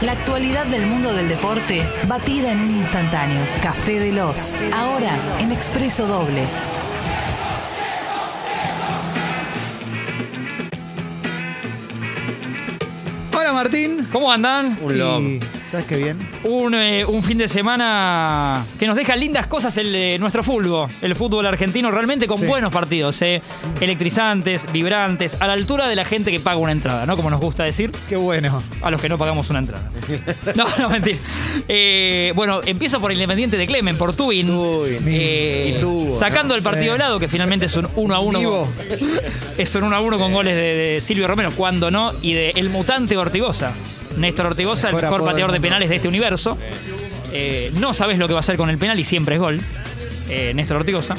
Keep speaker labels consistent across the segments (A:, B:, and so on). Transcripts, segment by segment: A: La actualidad del mundo del deporte, batida en un instantáneo. Café Veloz, ahora en Expreso Doble.
B: Hola Martín.
C: ¿Cómo andan?
B: Y, ¿Sabes qué bien?
C: Un, eh, un fin de semana que nos deja lindas cosas el, eh, nuestro fútbol, el fútbol argentino, realmente con
B: Sí.
C: buenos partidos, eh, electrizantes, vibrantes, a la altura de la gente que paga una entrada, ¿no? Como nos gusta decir,
B: Qué bueno.
C: a los que no pagamos una entrada. No, no, mentira. Eh, bueno, empiezo por Independiente de Clemen, por Tubin. Eh,
B: Y Tubin, ¿no?
C: sacando el partido de
B: Sí.
C: lado, que finalmente es un 1 a 1.
B: Vivo.
C: Es un 1 a 1 con goles de, de Silvio Romero, cuando no, y de El Mutante Ortigosa. Néstor Ortigosa,
B: Mejor
C: el mejor
B: apodo
C: pateador
B: del mundo.
C: de penales de este universo. Eh, no sabes lo que va a hacer con el penal y siempre es gol. Eh, Néstor Ortigosa.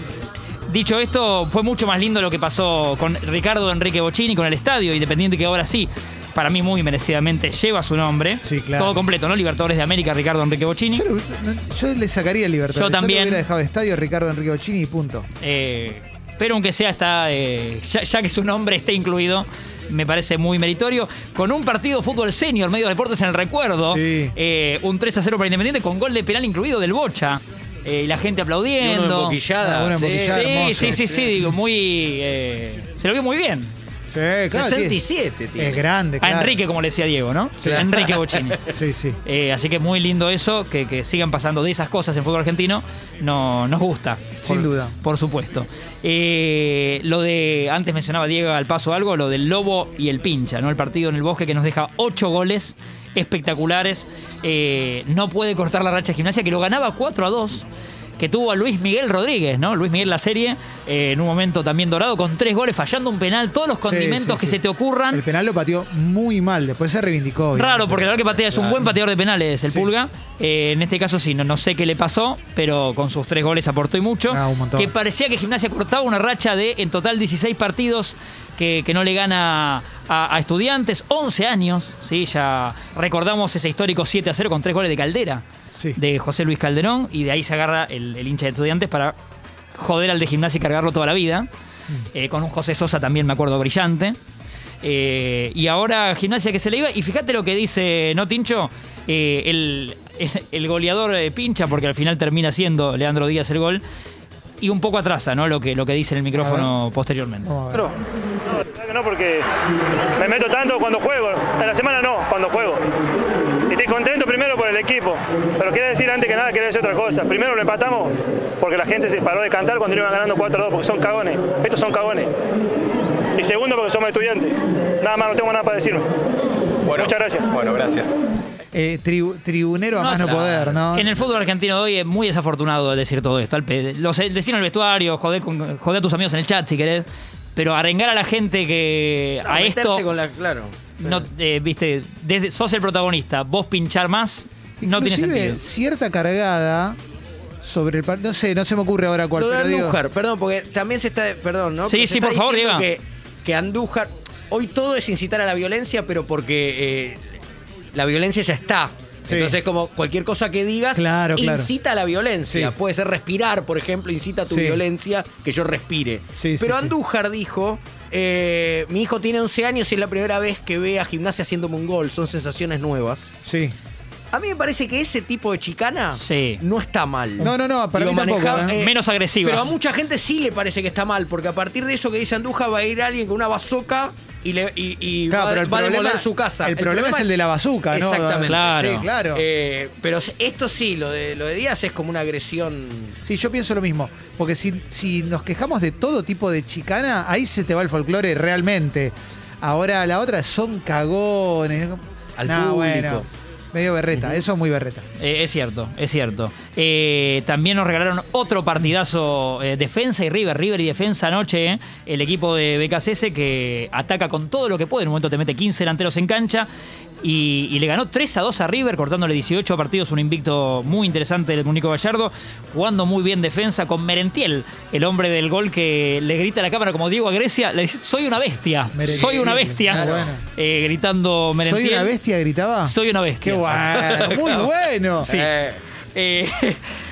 C: Dicho esto, fue mucho más lindo lo que pasó con Ricardo Enrique Bocini, con el estadio Independiente, que ahora sí, para mí muy merecidamente, lleva su nombre.
B: Sí, claro.
C: Todo completo, ¿no? Libertadores de América, Ricardo Enrique Bocini.
B: Yo, lo- no, yo le sacaría el libertad.
C: Yo
B: Yo
C: también.
B: le hubiera dejado estadio Ricardo Enrique Bocini y punto.
C: Eh, pero aunque sea está, eh, ya, ya que su nombre esté incluido, me parece muy meritorio. Con un partido fútbol senior, medio deportes en el recuerdo.
B: Sí.
C: Eh, un 3 a 0 para Independiente con gol de penal incluido del Bocha. Eh, y la gente
D: Y uno en
C: aplaudiendo.
D: boquillada.
B: Ah, uno en
D: Sí.
B: boquillada.
C: sí,
B: hermoso.
C: sí, sí, sí, digo, muy. eh, se lo vio muy bien.
B: Sí, claro, tiene-
D: 67, tío.
B: Es grande,
C: A
B: claro.
C: Enrique, como le decía Diego, ¿no?
B: Sí.
C: A Enrique Bochini.
B: Sí, sí.
C: Eh, así que muy lindo eso, que, que sigan pasando de esas cosas en fútbol argentino. No, nos gusta.
B: Sin
C: Por-
B: duda.
C: Por supuesto. Eh, lo de, antes mencionaba Diego al paso algo, lo del lobo y el pincha, ¿no? El partido en el bosque que nos deja ocho goles espectaculares. Eh, no puede cortar la racha de gimnasia, que lo ganaba 4 a 2. Que tuvo a Luis Miguel Rodríguez, ¿no? Luis Miguel la serie, eh, en un momento también dorado, con tres goles, fallando un penal, todos los condimentos
B: Sí, sí,
C: que
B: sí.
C: se te ocurran.
B: El penal lo pateó muy mal, después se reivindicó. obviamente.
C: Raro, porque la verdad que patea es un buen pateador de penales, el
B: Sí.
C: Pulga. Eh, en este caso sí, no, no sé qué le pasó, pero con sus tres goles aportó y mucho.
B: Ah, un montón.
C: que parecía que Gimnasia cortaba una racha de en total 16 partidos que, que no le gana a, a estudiantes. 11 años, sí, ya recordamos ese histórico 7 a 0 con tres goles de Caldera,
B: Sí.
C: de José Luis Calderón, y de ahí se agarra el, el hincha de estudiantes para joder al de Gimnasia y cargarlo toda la vida. Eh, con un José Sosa también, me acuerdo, brillante. Eh, y ahora gimnasia que se le iba. Y fíjate lo que dice, ¿no, Tincho? Eh, el, el- el goleador eh, pincha, porque al final termina siendo Leandro Díaz el gol. Y un poco atrasa, ¿no? Lo que, lo que dice en el micrófono posteriormente.
B: Vamos a ver.
E: que No, porque me meto tanto cuando juego. En la semana no, cuando juego. Y estoy contento primero por el equipo. Pero quiero decir antes que nada, quiero decir otra cosa. Primero lo empatamos porque la gente se paró de cantar cuando iban ganando 4-2, porque son cagones. Estos son cagones. Y segundo, porque somos estudiantes. Nada más, no tengo nada para decirme. Muchas gracias.
F: Bueno, gracias.
B: Eh, tribu- tribunero a
C: No
B: mano
C: sabe.
B: poder, ¿no?
C: En el fútbol argentino de hoy es muy desafortunado decir todo esto. Al pe- Los, decir en el vestuario, joder, con- joder a tus amigos en el chat si querés. Pero arengar a la gente que a
D: meterse
C: esto.
D: con la- claro.
C: No, eh, viste, desde, sos el protagonista, vos pinchar más, no tiene
B: Inclusive,
C: sentido.
B: cierta cargada sobre el par- No sé, no se me ocurre ahora cuál.
D: Lo de
B: pero digo-
D: Andújar, perdón, porque también se está. Perdón, ¿no?
C: Sí, sí,
D: Pero se está
C: por favor,
D: diciendo
C: Diego.
D: que, que Andújar. Hoy todo es incitar a la violencia, pero porque eh, la violencia ya está.
B: Sí.
D: Entonces, como cualquier cosa que digas,
B: Claro, claro.
D: incita a la violencia.
B: Sí.
D: Puede ser respirar, por ejemplo, incita a tu
B: Sí.
D: violencia que yo respire.
B: Sí, sí,
D: pero
B: sí.
D: Andújar dijo: eh, Mi hijo tiene 11 años y es la primera vez que ve a gimnasia haciéndome un gol. Son sensaciones nuevas.
B: Sí.
D: A mí me parece que ese tipo de chicana
C: Sí.
D: no está mal.
B: No, no, no, para mí tampoco, ¿eh?
C: Menos agresivas.
D: Pero a mucha gente sí le parece que está mal, porque a partir de eso que dice Anduja va a ir alguien con una bazoca y, le, y, y
B: Claro,
D: va,
B: pero el
D: va a
B: problema-
D: demoler su casa.
B: el problema es el de la bazuca, ¿no?
D: Exactamente.
C: Claro.
B: Sí, claro.
D: Eh, pero esto sí, lo de, lo de Díaz es como una agresión.
B: Sí, yo pienso lo mismo. Porque si, si nos quejamos de todo tipo de chicana, ahí se te va el folclore realmente. Ahora la otra son cagones.
D: Al
B: No,
D: público.
B: bueno. Medio berreta, eso es muy berreta.
C: Eh, es cierto, es cierto. Eh, también nos regalaron otro partidazo eh, defensa y River, River y defensa anoche. eh. El equipo de BKCS que ataca con todo lo que puede. En un momento te mete 15 delanteros en cancha. Y, y le ganó 3 a 2 a River, cortándole 18 partidos, un invicto muy interesante del Munico Gallardo, jugando muy bien defensa con Merentiel, el hombre del gol que le grita a la cámara como Diego a Grecia, le dice, soy una bestia,
B: Merentiel,
C: soy una bestia,
B: claro.
C: Eh, gritando Merentiel.
B: Ah, ¿Soy una bestia? gritaba.
C: Soy una bestia.
B: Qué bueno, muy bueno.
C: Sí. Eh,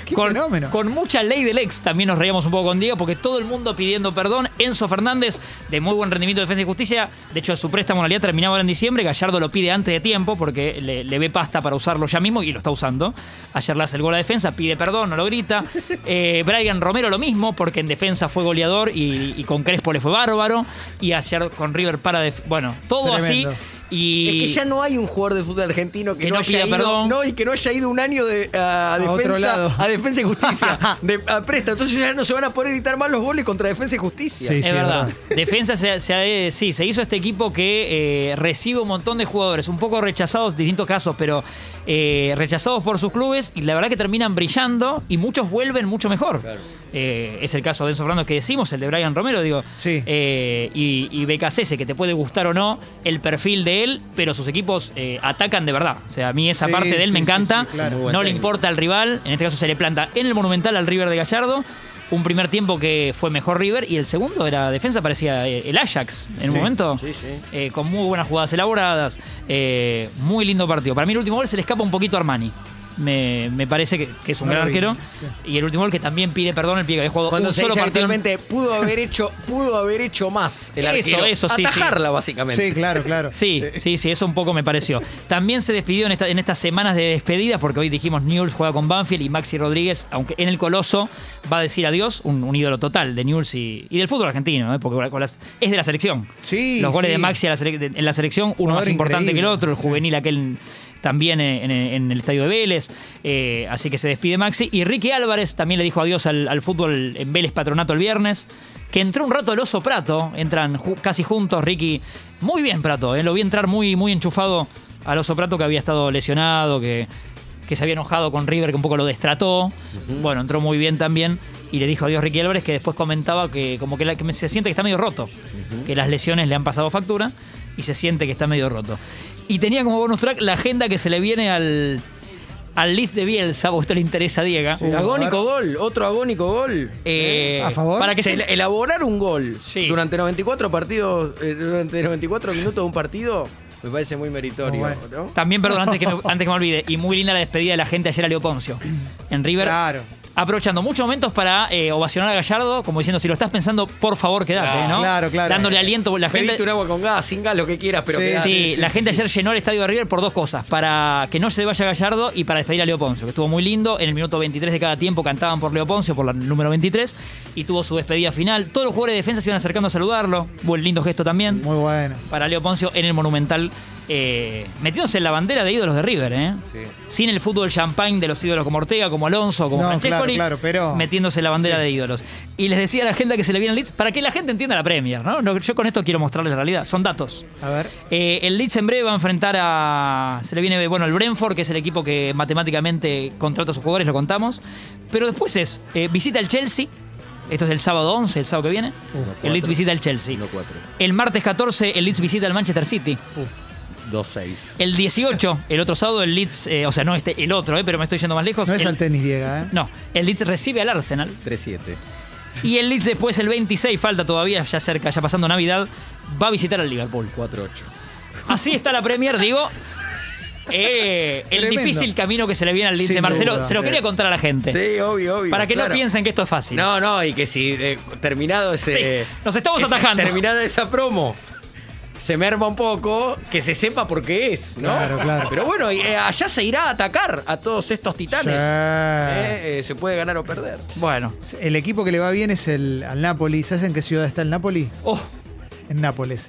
B: Qué
C: con,
B: fenómeno.
C: con mucha ley del ex también nos reíamos un poco con Diego porque todo el mundo pidiendo perdón. Enzo Fernández, de muy buen rendimiento de defensa y justicia. De hecho, su préstamo en realidad terminaba ahora en diciembre. Gallardo lo pide antes de tiempo porque le, le ve pasta para usarlo ya mismo y lo está usando. Ayer le hace el gol a defensa, pide perdón, no lo grita. Eh, Brian Romero lo mismo porque en defensa fue goleador y, y con Crespo le fue bárbaro. Y ayer con River para. def- Bueno, todo
B: Tremendo.
C: así. Y
D: Es que ya no hay un jugador de fútbol argentino que,
C: Que
D: no,
C: no
D: haya
C: pida
D: ido,
C: perdón.
D: no, y que no haya ido un año de, a,
B: A
D: defensa,
B: otro lado.
D: a defensa y justicia, de, a presta. Entonces ya no se van a poder gritar más los goles contra defensa y justicia.
B: Sí,
C: Es verdad. Defensa se, se ha- eh, sí, se hizo este equipo que eh, recibe un montón de jugadores, un poco rechazados, distintos casos, pero eh, rechazados por sus clubes y la verdad que terminan brillando y muchos vuelven mucho mejor. Eh, es el caso de Enzo Fernández que decimos, el de Brian Romero, digo.
B: Sí.
C: Eh, y, y Becasese, que te puede gustar o no el perfil de él, pero sus equipos eh, atacan de verdad. O sea, a mí esa
B: Sí,
C: parte de él me
B: sí, sí,
C: encanta.
B: sí, claro.
C: No le importa al rival, en este caso se le planta en el Monumental al River de Gallardo. Un primer tiempo que fue mejor River y el segundo de la defensa parecía eh, el Ajax en un
B: Sí,
C: momento.
D: sí, sí.
C: Eh, con muy buenas jugadas elaboradas. eh, muy lindo partido. Para mí el último gol se le escapa un poquito a Armani. Me, me parece que, que es un
B: No
C: gran
B: lo vi,
C: arquero.
B: sí.
C: Y el último gol que también pide perdón el pie que había jugado
D: Cuando
C: un
D: se
C: solo
D: dice
C: partido. en-
D: habitualmente, pudo haber hecho, pudo haber hecho más el
C: Eso,
D: arquero.
C: eso, sí, sí.
D: Atajarla, básicamente.
B: Sí, claro, claro.
C: Sí, sí, sí, eso un poco me pareció. También se despidió en, esta- en estas semanas de despedidas, porque hoy dijimos Newell's juega con Banfield y Maxi Rodríguez, aunque en el Coloso, va a decir adiós, un, un ídolo total de Newell's y, y del fútbol argentino, ¿eh? porque con las- es de la selección.
B: Sí,
C: Los goles
B: sí.
C: de Maxi a la sele- en la selección, uno más
B: Jugador
C: importante que el
B: increíble,
C: otro, el
B: sí.
C: juvenil aquel también en, en- en el estadio de Vélez, eh, así que se despide Maxi. Y Ricky Álvarez también le dijo adiós al, al fútbol en Vélez Patronato el viernes, que entró un rato el oso Prato, entran ju- casi juntos Ricky. Muy bien Prato, eh, lo vi entrar muy, muy enchufado al oso Prato que había estado lesionado, que, que se había enojado con River, que un poco lo destrató. Bueno, entró muy bien también. Y le dijo adiós Ricky Álvarez, que después comentaba que como que, la- que se siente que está medio roto, que las lesiones le han pasado factura y se siente que está medio roto. Y tenía como bonus track la agenda que se le viene al, al list de Bielsa, porque esto le interesa Uh, a Diego.
D: Agónico gol, otro agónico gol.
C: Eh,
B: ¿A favor?
C: Para que
D: Se
C: se,
D: el- elaborar un gol
C: Sí.
D: durante 94 partidos, eh, durante 94 minutos de un partido, me parece muy meritorio.
B: Bueno.
D: ¿no?
C: También, perdón, antes que, me, antes que me olvide, y muy linda la despedida de la gente ayer a Leo Poncio en River.
B: Claro.
C: Aprovechando muchos momentos para eh, ovacionar a Gallardo, como diciendo, si lo estás pensando, por favor, quédate, ¿no?
B: claro, claro.
C: Dándole aliento. La
D: Pediste
C: gente,
D: un agua con gas, sin gas, lo que quieras, pero
B: Sí,
D: quedate.
C: Sí,
B: sí,
C: la
B: sí,
C: gente
B: sí.
C: ayer llenó el estadio de River por dos cosas. Para que no se vaya Gallardo y para despedir a Leo Poncio, que estuvo muy lindo. En el minuto 23 de cada tiempo cantaban por Leo Poncio, por la número 23, y tuvo su despedida final. Todos los jugadores de defensa se iban acercando a saludarlo. Buen lindo gesto también
B: Muy bueno.
C: para Leo Poncio en el Monumental, eh, metiéndose en la bandera de ídolos de River, ¿eh?
D: Sí.
C: Sin el fútbol champagne de los ídolos como Ortega, como Alonso, como
B: No,
C: Francescoli,
B: claro, claro, pero-
C: metiéndose en la bandera de ídolos. Y les decía a la gente que se le viene al Leeds, para que la gente entienda la Premier, ¿no? No, Yo con esto quiero mostrarles la realidad, son datos.
B: A ver.
C: Eh, el Leeds en breve va a enfrentar a. Se le viene, bueno, el Brentford, que es el equipo que matemáticamente contrata a sus jugadores, lo contamos. Pero después es, eh, visita el Chelsea. Esto es el sábado 11, el sábado que viene. el Leeds visita el Chelsea. El martes 14, el Leeds visita el Manchester City.
D: 2-6.
C: El 18, el otro sábado, el Leeds, eh, o sea, no este, el otro, eh, pero me estoy yendo más lejos.
B: No es
C: el,
B: al tenis, Diego, ¿eh?
C: no, el Leeds recibe al Arsenal.
D: 3-7.
C: Y el Leeds después, el 26, falta todavía, ya cerca, ya pasando Navidad, va a visitar al Liverpool.
D: 4-8.
C: Así está la Premier, digo. Eh, el
B: Tremendo.
C: difícil camino que se le viene al
B: Sin
C: Lince Marcelo,
B: duda.
C: se lo quería contar a la gente.
D: Sí, obvio, obvio.
C: para que
D: claro.
C: no piensen que esto es fácil.
D: No, no, y que si eh, terminado ese.
C: Sí, nos estamos
D: ese-
C: atajando.
D: Terminada esa promo. Se merma un poco, que se sepa por qué es, ¿no?
B: Claro, claro.
D: Pero bueno, y, eh, allá se irá a atacar a todos estos titanes.
B: Sí.
D: Eh, eh, se puede ganar o perder.
C: Bueno.
B: El equipo que le va bien es el al Napoli. ¿Sabes en qué ciudad está el Napoli?
C: Oh,
B: En Nápoles.